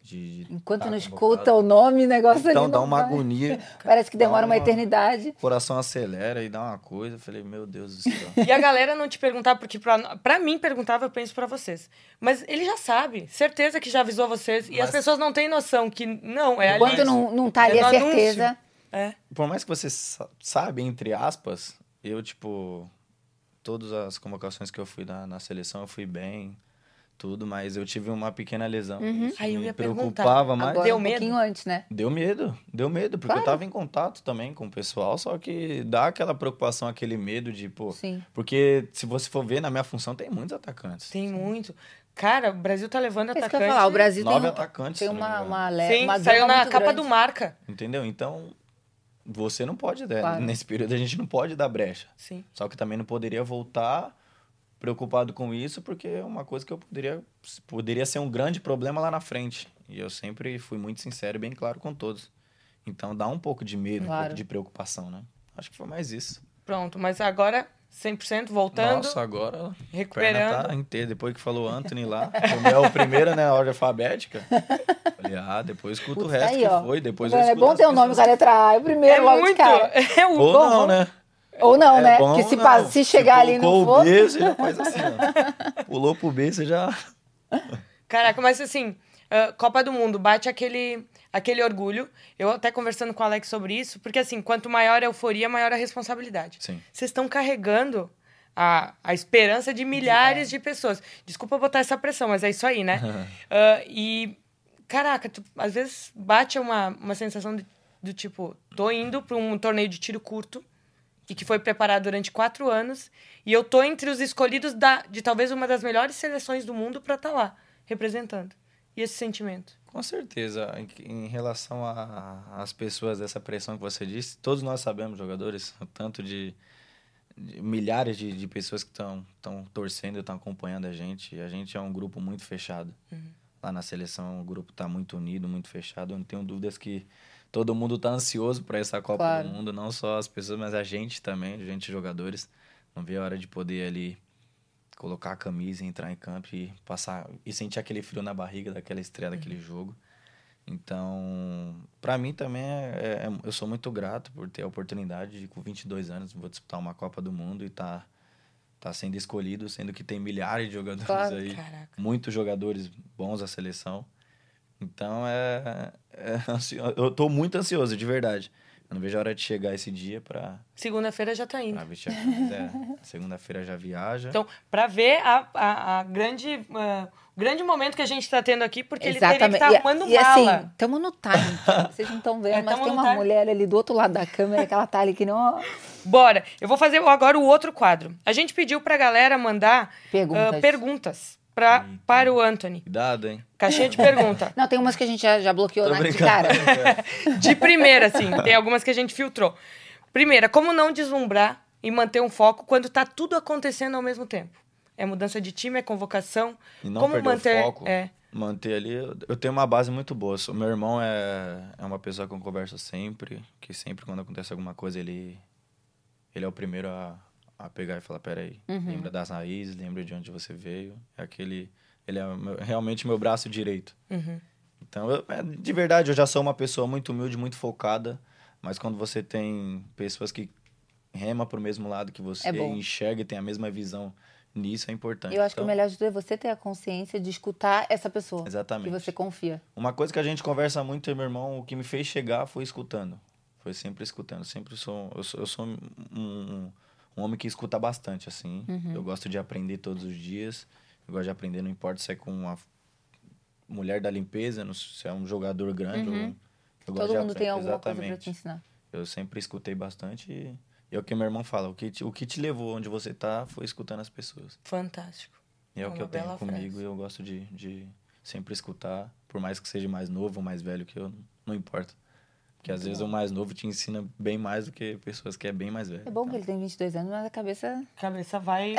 Speaker 3: de, de
Speaker 1: Enquanto
Speaker 3: tá
Speaker 1: não
Speaker 3: convocado.
Speaker 1: escuta o nome, o negócio
Speaker 3: Então
Speaker 1: ali
Speaker 3: dá
Speaker 1: não
Speaker 3: uma
Speaker 1: vai.
Speaker 3: agonia,
Speaker 1: Parece que
Speaker 3: dá
Speaker 1: demora uma
Speaker 3: uma-
Speaker 1: eternidade.
Speaker 3: o coração acelera e dá uma coisa. Eu falei, meu Deus do céu.
Speaker 2: E a galera não te perguntar, porque pra, pra mim perguntava, eu penso pra vocês. Mas ele já sabe, certeza que já avisou vocês. E
Speaker 3: Mas-
Speaker 2: as pessoas não têm noção que não, é ali.
Speaker 1: Enquanto não, não tá ali
Speaker 2: É
Speaker 1: a
Speaker 2: no
Speaker 1: certeza.
Speaker 2: É.
Speaker 3: por mais que você sa- sabe, entre aspas, eu, tipo, todas as convocações que eu fui na, na seleção, eu fui bem, tudo, mas eu tive uma pequena lesão.
Speaker 1: Uhum.
Speaker 3: Isso
Speaker 2: Aí eu
Speaker 3: me
Speaker 2: ia
Speaker 3: preocupava mais.
Speaker 1: Agora,
Speaker 2: Deu
Speaker 1: um
Speaker 2: medo?
Speaker 1: pouquinho antes, né?
Speaker 3: Deu medo, deu medo, porque eu tava em contato também com o pessoal, só que dá aquela preocupação, aquele medo de, pô.
Speaker 2: Um
Speaker 1: Sim. É
Speaker 3: Porque se você for ver, na minha função tem muitos atacantes.
Speaker 2: Tem muito. Cara, o Brasil tá levando
Speaker 1: É isso que eu
Speaker 2: atacante.
Speaker 1: ia falar. O Brasil
Speaker 3: Nove
Speaker 1: tem, um-
Speaker 3: atacantes,
Speaker 1: tem
Speaker 3: se não me
Speaker 1: uma,
Speaker 3: engano.
Speaker 1: uma, le-
Speaker 2: Sim,
Speaker 1: uma
Speaker 2: saiu
Speaker 1: gama
Speaker 2: na
Speaker 1: muito
Speaker 2: capa
Speaker 1: grande.
Speaker 2: do Marca.
Speaker 3: Entendeu? Então, você não pode, né?
Speaker 1: Claro.
Speaker 3: Nesse período a gente não pode dar brecha.
Speaker 2: Sim.
Speaker 3: Só que também não poderia voltar preocupado com isso, porque é uma coisa que eu poderia, poderia ser um grande problema lá na frente. E eu sempre fui muito sincero e bem claro com todos. Então dá um pouco de medo, um
Speaker 1: Claro.
Speaker 3: pouco de preocupação, né? Acho que foi mais isso.
Speaker 2: Pronto, mas agora 100% voltando,
Speaker 3: Nossa, agora a perna
Speaker 2: recuperando.
Speaker 3: tá inteira. Depois que falou Anthony lá, como é o primeiro, né? A ordem alfabética. Falei, ah, depois escuta o
Speaker 1: Putz,
Speaker 3: resto
Speaker 1: aí,
Speaker 3: que
Speaker 1: ó.
Speaker 3: foi. Depois eu
Speaker 1: É
Speaker 3: escuto
Speaker 1: bom
Speaker 3: as
Speaker 1: ter um nome com a
Speaker 3: pessoas.
Speaker 1: letra A, é o
Speaker 2: É
Speaker 1: primeiro logo de
Speaker 2: muito.
Speaker 1: cara.
Speaker 2: É o
Speaker 3: Ou
Speaker 1: Bom,
Speaker 3: não,
Speaker 1: bom.
Speaker 3: né?
Speaker 1: Ou não,
Speaker 3: É
Speaker 1: né?
Speaker 3: bom,
Speaker 1: Porque se,
Speaker 3: não. Tipo,
Speaker 1: pa- se chegar ali e não
Speaker 3: colocou
Speaker 1: for.
Speaker 3: o B, você já faz assim, ó. Pulou pro B, você já...
Speaker 2: Caraca, mas assim, ah, Copa do Mundo bate aquele, aquele orgulho. Eu até conversando com o Alex sobre isso, porque assim, quanto maior a euforia, maior a responsabilidade.
Speaker 3: Sim.
Speaker 2: Vocês estão carregando a, a esperança de milhares de pessoas. Desculpa botar essa pressão, mas é isso aí, né? Ah, e, caraca, tu- às vezes bate uma, uma sensação de- do tipo, tô indo para um torneio de tiro curto e que foi preparado durante quatro anos e eu tô entre os escolhidos da, de talvez uma das melhores seleções do mundo para estar lá, representando. E esse sentimento?
Speaker 3: Com certeza. Em, em relação a- às pessoas, dessa pressão que você disse, todos nós sabemos, jogadores, o tanto de, de milhares de, de pessoas que estão torcendo, estão acompanhando a gente. E a gente é um grupo muito fechado. Lá na seleção, o grupo está muito unido, muito fechado. Eu não tenho dúvidas que todo mundo está ansioso para essa Copa
Speaker 1: Claro.
Speaker 3: do Mundo, não só as pessoas, mas a gente também, a gente jogadores. Não vê a hora de poder ali colocar a camisa, entrar em campo e passar e sentir aquele frio na barriga daquela estreia, daquele jogo. Então, pra mim também é, é- eu sou muito grato por ter a oportunidade de com 22 anos vou disputar uma Copa do Mundo e tá tá sendo escolhido, sendo que tem milhares de jogadores
Speaker 1: Claro.
Speaker 3: aí,
Speaker 2: Caraca.
Speaker 3: muitos jogadores bons à seleção. Então é, é ansio- eu tô muito ansioso de verdade. Eu não vejo a hora de chegar esse dia pra,
Speaker 2: Segunda-feira já tá indo.
Speaker 3: pra vestir a camisa. É, Segunda-feira já viaja.
Speaker 2: Então, para ver a, a, a grande, ah, o grande momento que a gente está tendo aqui, porque ele
Speaker 1: Exatamente.
Speaker 2: teria
Speaker 1: E-
Speaker 2: que
Speaker 1: é
Speaker 2: estar arrumando
Speaker 1: e,
Speaker 2: mala.
Speaker 1: assim, tamo no time. Vocês não estão vendo,
Speaker 2: É,
Speaker 1: mas
Speaker 2: tamo
Speaker 1: tem
Speaker 2: no
Speaker 1: uma
Speaker 2: time.
Speaker 1: mulher ali do outro lado da câmera que ela tá ali que não.
Speaker 2: Bora, eu vou fazer agora o outro quadro. A gente pediu para a galera mandar
Speaker 1: Perguntas.
Speaker 2: ah, perguntas pra,
Speaker 3: Hum.
Speaker 2: para o Anthony.
Speaker 3: Cuidado, hein?
Speaker 2: Caixinha de pergunta.
Speaker 1: Não, tem umas que a gente já, já bloqueou
Speaker 3: Tô
Speaker 1: na de
Speaker 3: brincando.
Speaker 1: cara.
Speaker 2: De primeira, sim.
Speaker 3: Tá.
Speaker 2: Tem algumas que a gente filtrou. Primeira, como não deslumbrar e manter um foco quando tá tudo acontecendo ao mesmo tempo? É mudança de time, é convocação.
Speaker 3: E não
Speaker 2: como
Speaker 3: perder
Speaker 2: manter.
Speaker 3: o foco.
Speaker 2: É.
Speaker 3: Manter ali. eu- Eu tenho uma base muito boa. O meu irmão é, é uma pessoa que eu converso sempre. Que sempre, quando acontece alguma coisa, ele, ele é o primeiro a, a pegar e falar: peraí,
Speaker 1: Uhum.
Speaker 3: lembra das raízes, lembra de onde você veio. É aquele. Ele é o meu- realmente meu braço direito.
Speaker 1: Uhum.
Speaker 3: Então, eu- é, de verdade, eu já sou uma pessoa muito humilde, muito focada. Mas quando você tem pessoas que rema pro mesmo lado que você,
Speaker 1: É bom.
Speaker 3: enxerga e tem a mesma visão nisso, é importante.
Speaker 1: Eu acho que o
Speaker 3: Então,
Speaker 1: melhor de tudo é você ter a consciência de escutar essa pessoa.
Speaker 3: Exatamente.
Speaker 1: Que você confia.
Speaker 3: Uma coisa que a gente conversa muito, eu e meu irmão, o que me fez chegar foi escutando. Foi sempre escutando. Sempre sou, eu sou, eu sou um, um- um homem que escuta bastante, assim.
Speaker 1: Uhum.
Speaker 3: Eu gosto de aprender todos os dias. Eu gosto de aprender, não importa se é com uma mulher da limpeza, não- se é um jogador grande. ou- um, eu gosto
Speaker 1: Uhum. Todo
Speaker 3: de
Speaker 1: mundo tem
Speaker 3: aprender-
Speaker 1: alguma
Speaker 3: Exatamente.
Speaker 1: coisa pra te ensinar. É
Speaker 3: Eu sempre escutei bastante e e é o que meu irmão fala. O que te, o que te levou onde você tá foi escutando as pessoas.
Speaker 2: Fantástico.
Speaker 3: E é,
Speaker 2: É
Speaker 3: o que
Speaker 2: uma
Speaker 3: eu tenho
Speaker 2: bela
Speaker 3: comigo
Speaker 2: frase.
Speaker 3: e eu gosto de, de sempre escutar, por mais que seja mais novo, mais velho que eu, não importa. Porque às vezes o mais novo te ensina bem mais do que pessoas que é bem mais velho.
Speaker 1: É bom que ele tem 22 anos, mas a cabeça.
Speaker 2: Cabeça vai,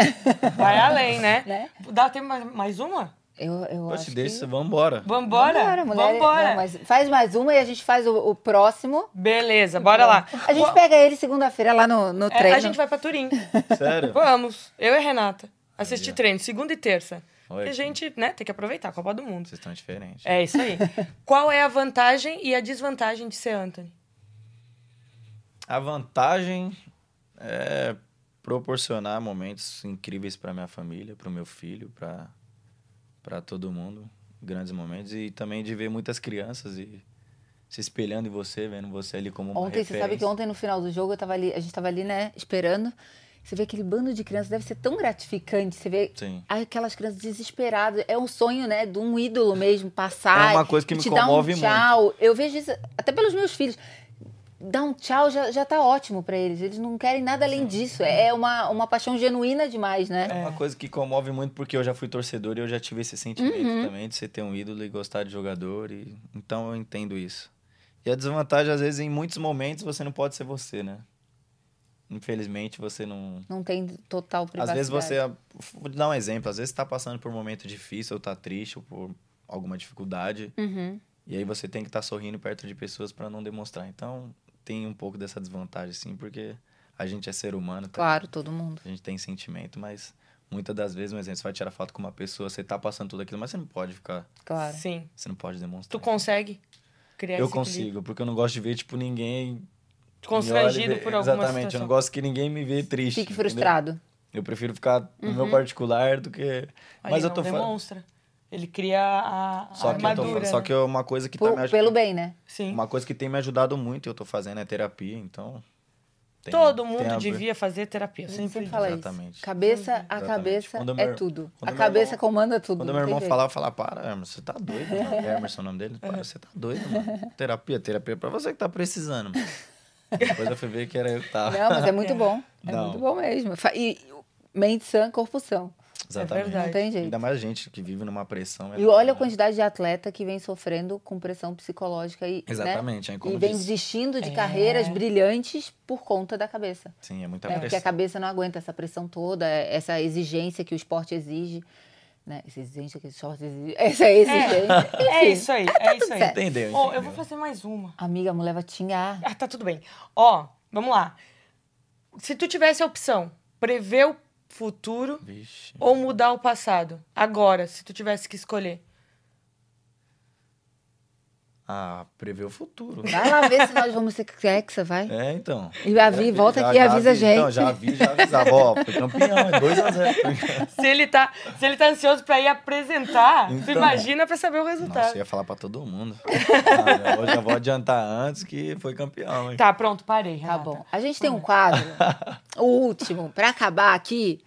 Speaker 2: vai além, né?
Speaker 1: Né?
Speaker 2: Dá tempo mais, mais uma?
Speaker 1: Eu, eu
Speaker 3: Poxa,
Speaker 1: acho
Speaker 3: deixa,
Speaker 1: que...
Speaker 3: vambora.
Speaker 2: Vambora?
Speaker 1: Vambora, mulher.
Speaker 2: Vambora.
Speaker 1: Não, mas faz mais uma e a gente faz o, o próximo.
Speaker 2: Beleza, bora lá.
Speaker 1: A gente pega ele segunda-feira lá no, no né?
Speaker 2: É,
Speaker 1: treino.
Speaker 2: a gente vai pra Turim.
Speaker 3: Sério?
Speaker 2: Vamos, eu e a Renata. Assistir treino, segunda e terça.
Speaker 3: Olha
Speaker 2: E a
Speaker 3: que-
Speaker 2: gente, né, tem que aproveitar a Copa do Mundo.
Speaker 3: Vocês estão diferentes.
Speaker 2: É isso aí. Qual é a vantagem e a desvantagem de ser Anthony?
Speaker 3: A vantagem é proporcionar momentos incríveis para minha família, para o meu filho, para para todo mundo, grandes momentos e também de ver muitas crianças e se espelhando em você, vendo você ali como uma
Speaker 1: Ontem, você sabe que
Speaker 3: referência.
Speaker 1: ontem no final do jogo eu tava ali, a gente tava ali, né, esperando. Você vê aquele bando de crianças, deve ser tão gratificante. Você vê
Speaker 3: Sim.
Speaker 1: aquelas crianças desesperadas. É um sonho, né, de um ídolo mesmo, passar.
Speaker 3: É uma coisa que
Speaker 1: e
Speaker 3: me
Speaker 1: te
Speaker 3: comove
Speaker 1: dar um tchau.
Speaker 3: muito.
Speaker 1: Eu vejo isso até pelos meus filhos. Dar um tchau já, já tá ótimo pra eles. Eles não querem nada além disso. É uma, uma paixão genuína demais, né?
Speaker 3: É uma coisa que comove muito porque eu já fui torcedor e eu já tive esse sentimento também de você ter um ídolo e gostar de jogador e então eu entendo isso. E a desvantagem às vezes em muitos momentos você não pode ser você, né? Infelizmente você não
Speaker 1: Não tem total
Speaker 3: Às
Speaker 1: privacidade.
Speaker 3: vezes você. Vou te dar um exemplo. Às vezes você tá passando por um momento difícil, ou tá triste, ou por alguma dificuldade.
Speaker 1: Uhum.
Speaker 3: E aí você tem que estar sorrindo perto de pessoas para não demonstrar. Então, tem um pouco dessa desvantagem, sim, porque a gente é ser humano, tá?
Speaker 1: Claro, todo mundo.
Speaker 3: a gente tem sentimento, mas muitas das vezes, um exemplo, você vai tirar foto com uma pessoa, você tá passando tudo aquilo, mas você não pode ficar.
Speaker 1: Claro.
Speaker 2: Sim.
Speaker 3: Você não pode
Speaker 2: Tu
Speaker 3: demonstrar.
Speaker 2: consegue criar
Speaker 3: eu
Speaker 2: esse equilíbrio?
Speaker 3: consigo, porque eu não gosto de ver, tipo, ninguém. me
Speaker 2: Constrangido
Speaker 3: olha e vê-
Speaker 2: por alguma
Speaker 3: Exatamente, eu
Speaker 2: situação.
Speaker 3: não gosto que ninguém me vê triste.
Speaker 1: Fique
Speaker 3: entendeu?
Speaker 1: frustrado.
Speaker 3: Eu prefiro ficar no meu particular do que.
Speaker 2: Uhum. Aí
Speaker 3: mas
Speaker 2: não
Speaker 3: eu tô falando.
Speaker 2: demonstra. Ele cria a, a
Speaker 3: Só que, eu tô,
Speaker 2: armadura.
Speaker 3: falando- só
Speaker 2: né?
Speaker 3: que é uma coisa que
Speaker 1: Por-
Speaker 3: tá me aj-
Speaker 1: pelo bem, né?
Speaker 2: Sim.
Speaker 3: Uma coisa que tem me ajudado muito, e eu tô fazendo é terapia, então. tem-
Speaker 2: Todo
Speaker 3: tem
Speaker 2: mundo
Speaker 3: a-
Speaker 2: devia fazer terapia. Eu
Speaker 1: A gente
Speaker 2: sempre
Speaker 1: sempre fala
Speaker 3: Exatamente.
Speaker 1: isso. Cabeça a
Speaker 3: Exatamente.
Speaker 1: cabeça
Speaker 3: Quando
Speaker 1: é
Speaker 3: meu-
Speaker 1: tudo.
Speaker 3: quando
Speaker 1: A
Speaker 3: meu
Speaker 1: cabeça
Speaker 3: irmão-
Speaker 1: comanda tudo.
Speaker 3: Quando
Speaker 1: não
Speaker 3: meu
Speaker 1: tem
Speaker 3: irmão
Speaker 1: jeito.
Speaker 3: falava, eu falava, para, Emerson, você tá doido, mano. Emerson, é o nome dele? Para, você tá doido, mano. Terapia, terapia é pra você que tá precisando, mano. Depois eu fui ver que era eu que tava.
Speaker 1: Não, mas é muito bom. É
Speaker 3: Não.
Speaker 1: muito bom mesmo. Fa- E mente sã, corpo sã.
Speaker 3: Exatamente.
Speaker 2: verdade.
Speaker 1: Não tem jeito.
Speaker 3: Ainda mais gente que vive numa pressão. é né?
Speaker 1: E olha a quantidade de atleta que vem sofrendo com pressão psicológica e, né?
Speaker 3: Exatamente, é como
Speaker 1: e vem
Speaker 3: diz.
Speaker 1: desistindo
Speaker 2: É.
Speaker 1: de carreiras brilhantes por conta da cabeça.
Speaker 3: Sim, é muita
Speaker 1: né? Porque
Speaker 3: pressão.
Speaker 1: a cabeça não aguenta essa pressão toda, é, essa exigência que o esporte exige. Né? Essa exigência que o esporte exige. Essa exigência.
Speaker 2: É
Speaker 1: Enfim.
Speaker 2: isso aí, é isso aí.
Speaker 1: Ah, tá certo.
Speaker 3: Entendeu?
Speaker 2: Ó, eu
Speaker 3: entendeu?
Speaker 2: vou fazer mais uma.
Speaker 1: Amiga, a mulher vai te enganar.
Speaker 2: Ah, tá tudo bem. Ó, vamos lá. Se tu tivesse a opção, prever o futuro
Speaker 3: Vixe.
Speaker 2: ou mudar o passado, agora, se tu tivesse que escolher.
Speaker 3: Ah, prever o futuro.
Speaker 1: Vai lá ver se nós vamos ser hexa, vai.
Speaker 3: É, então.
Speaker 1: E Avi, volta aqui e avisa a
Speaker 3: avi- Então,
Speaker 1: gente.
Speaker 3: já vi, já avisava. Ó, foi campeão, é 2x0.
Speaker 2: Se ele tá, se ele tá ansioso pra ir apresentar, tu
Speaker 3: Então.
Speaker 2: imagina pra saber o
Speaker 1: Tá.
Speaker 3: Nossa, eu
Speaker 2: resultado.
Speaker 3: ia falar pra todo mundo. Ah, eu já vou adiantar antes que foi campeão, hein?
Speaker 2: Tá, pronto, parei.
Speaker 1: Tá
Speaker 2: Renata.
Speaker 1: bom. A gente tem um quadro, o último, pra acabar aqui,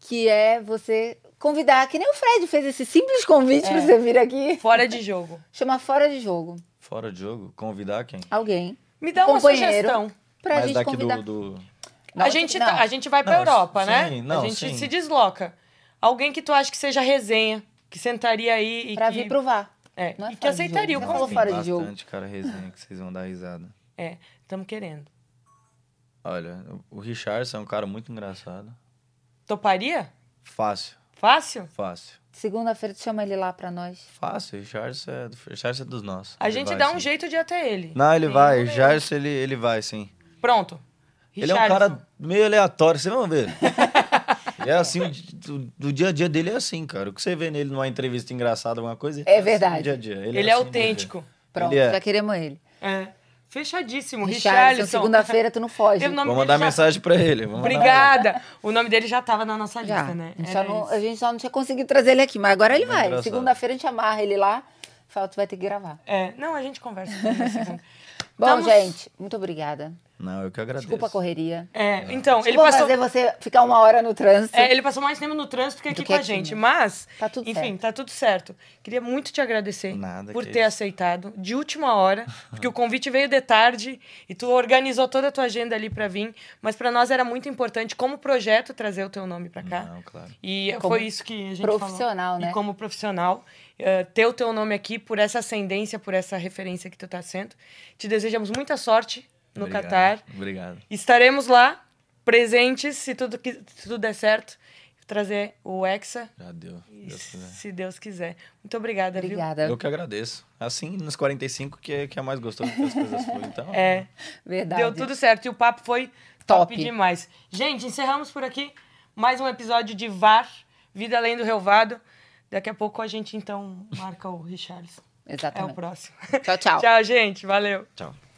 Speaker 1: que é você convidar, que nem o Fred fez esse simples convite pra você vir aqui,
Speaker 2: Fora de jogo.
Speaker 1: chamar fora de jogo
Speaker 3: Fora de jogo, convidar quem?
Speaker 1: alguém
Speaker 2: Me dá uma
Speaker 1: Companheiro.
Speaker 2: sugestão.
Speaker 1: Ah, pra
Speaker 3: Mas
Speaker 1: gente
Speaker 3: daqui
Speaker 1: convidar.
Speaker 3: do, do.
Speaker 1: Não,
Speaker 2: a, gente
Speaker 1: não.
Speaker 2: tá- a gente vai pra
Speaker 3: Não,
Speaker 2: Europa,
Speaker 3: sim,
Speaker 2: né?
Speaker 3: não,
Speaker 2: a gente
Speaker 3: sim.
Speaker 2: se desloca. Alguém que tu acha que seja resenha, que sentaria aí e
Speaker 1: Pra
Speaker 2: que...
Speaker 1: vir provar.
Speaker 2: É,
Speaker 1: Não é
Speaker 2: e
Speaker 1: fora
Speaker 2: que
Speaker 1: de
Speaker 2: aceitaria o
Speaker 1: jogo, né?
Speaker 2: convite.
Speaker 1: Falou fora de jogo.
Speaker 3: bastante cara resenha que vocês vão dar risada.
Speaker 2: É, estamos querendo.
Speaker 3: Olha, o Richardson é um cara muito engraçado.
Speaker 2: Toparia?
Speaker 3: Fácil,
Speaker 2: Fácil?
Speaker 3: fácil.
Speaker 1: Segunda-feira tu chama ele lá pra nós.
Speaker 3: Fácil, o Richardson é, do- o Richardson é dos nossos.
Speaker 2: A
Speaker 3: Ele
Speaker 2: gente
Speaker 3: vai,
Speaker 2: dá um
Speaker 3: sim.
Speaker 2: jeito de ir até ele.
Speaker 3: Não, ele
Speaker 2: Sem
Speaker 3: vai. O
Speaker 2: problema.
Speaker 3: Richardson, ele, ele vai, sim.
Speaker 2: Pronto.
Speaker 3: Ele é um
Speaker 2: Richarlison.
Speaker 3: cara meio aleatório, vocês vão ver. é assim, o di- do, do dia a dia dele é assim, cara. O que você vê nele numa entrevista engraçada, alguma coisa.
Speaker 1: É
Speaker 3: assim
Speaker 1: verdade.
Speaker 3: no dia a dia. Ele,
Speaker 2: Ele, é
Speaker 3: assim no dia a dia.
Speaker 2: autêntico.
Speaker 1: Pronto,
Speaker 3: Ele é.
Speaker 1: já queremos ele.
Speaker 2: É. Fechadíssimo.
Speaker 1: Richardson,
Speaker 2: Um Richarlison.
Speaker 1: segunda-feira tu não foge.
Speaker 2: Teve o nome
Speaker 3: Vou mandar
Speaker 2: dele já-
Speaker 3: mensagem pra ele. vou mandar
Speaker 2: Obrigada. O nome dele já tava na nossa
Speaker 1: Já.
Speaker 2: lista, né?
Speaker 1: A gente só
Speaker 2: Era
Speaker 1: não-
Speaker 2: isso.
Speaker 1: a gente só não tinha conseguido trazer ele aqui, mas agora ele
Speaker 3: Não é
Speaker 1: vai.
Speaker 3: engraçado.
Speaker 1: Segunda-feira a gente amarra ele lá, fala, tu vai ter que gravar.
Speaker 2: É, não, a gente conversa. com ele na segunda.
Speaker 1: Bom,
Speaker 2: Estamos-
Speaker 1: gente, muito obrigada.
Speaker 3: Não, eu que agradeço.
Speaker 1: Desculpa a correria.
Speaker 2: É, então, ele
Speaker 1: Vou
Speaker 2: passou.
Speaker 1: fazer você ficar uma hora no trânsito.
Speaker 2: É, ele passou mais tempo no trânsito que aqui
Speaker 1: que
Speaker 2: com a
Speaker 1: aqui,
Speaker 2: gente,
Speaker 1: né?
Speaker 2: mas,
Speaker 1: Tá tudo
Speaker 2: enfim,
Speaker 1: certo.
Speaker 2: tá tudo certo. Queria muito te agradecer
Speaker 3: Nada,
Speaker 2: por
Speaker 3: que
Speaker 2: ter
Speaker 3: isso.
Speaker 2: aceitado de última hora, porque o convite veio de tarde e tu organizou toda a tua agenda ali pra vir, mas pra nós era muito importante como projeto trazer o teu nome pra cá.
Speaker 3: Não, claro.
Speaker 2: E
Speaker 1: Como
Speaker 2: foi isso que a gente
Speaker 1: profissional,
Speaker 2: falou.
Speaker 1: né?
Speaker 2: E como profissional, eh, ter o teu nome aqui por essa ascendência, por essa referência que tu tá sendo. Te desejamos muita sorte no
Speaker 3: Obrigado,
Speaker 2: Catar.
Speaker 3: Obrigado.
Speaker 2: Estaremos lá, presentes, se tudo, que- se tudo der certo, trazer o Hexa,
Speaker 3: Já deu.
Speaker 2: e
Speaker 3: Deus quiser.
Speaker 2: se Deus quiser. Muito obrigada, viu?
Speaker 1: Obrigada.
Speaker 3: Eu que agradeço. Assim, nos 45, que é, que é mais gostoso que as coisas fluem. Então,
Speaker 2: É,
Speaker 1: Verdade.
Speaker 2: deu tudo certo e o papo foi top.
Speaker 1: Top.
Speaker 2: demais. Gente, encerramos por aqui mais um episódio de VAR, Vida Além do Relvado. Daqui a pouco a gente, então, marca o Richarlison. É o
Speaker 1: Exatamente.
Speaker 2: próximo.
Speaker 1: Tchau, tchau.
Speaker 2: Tchau, gente. Valeu.
Speaker 3: tchau.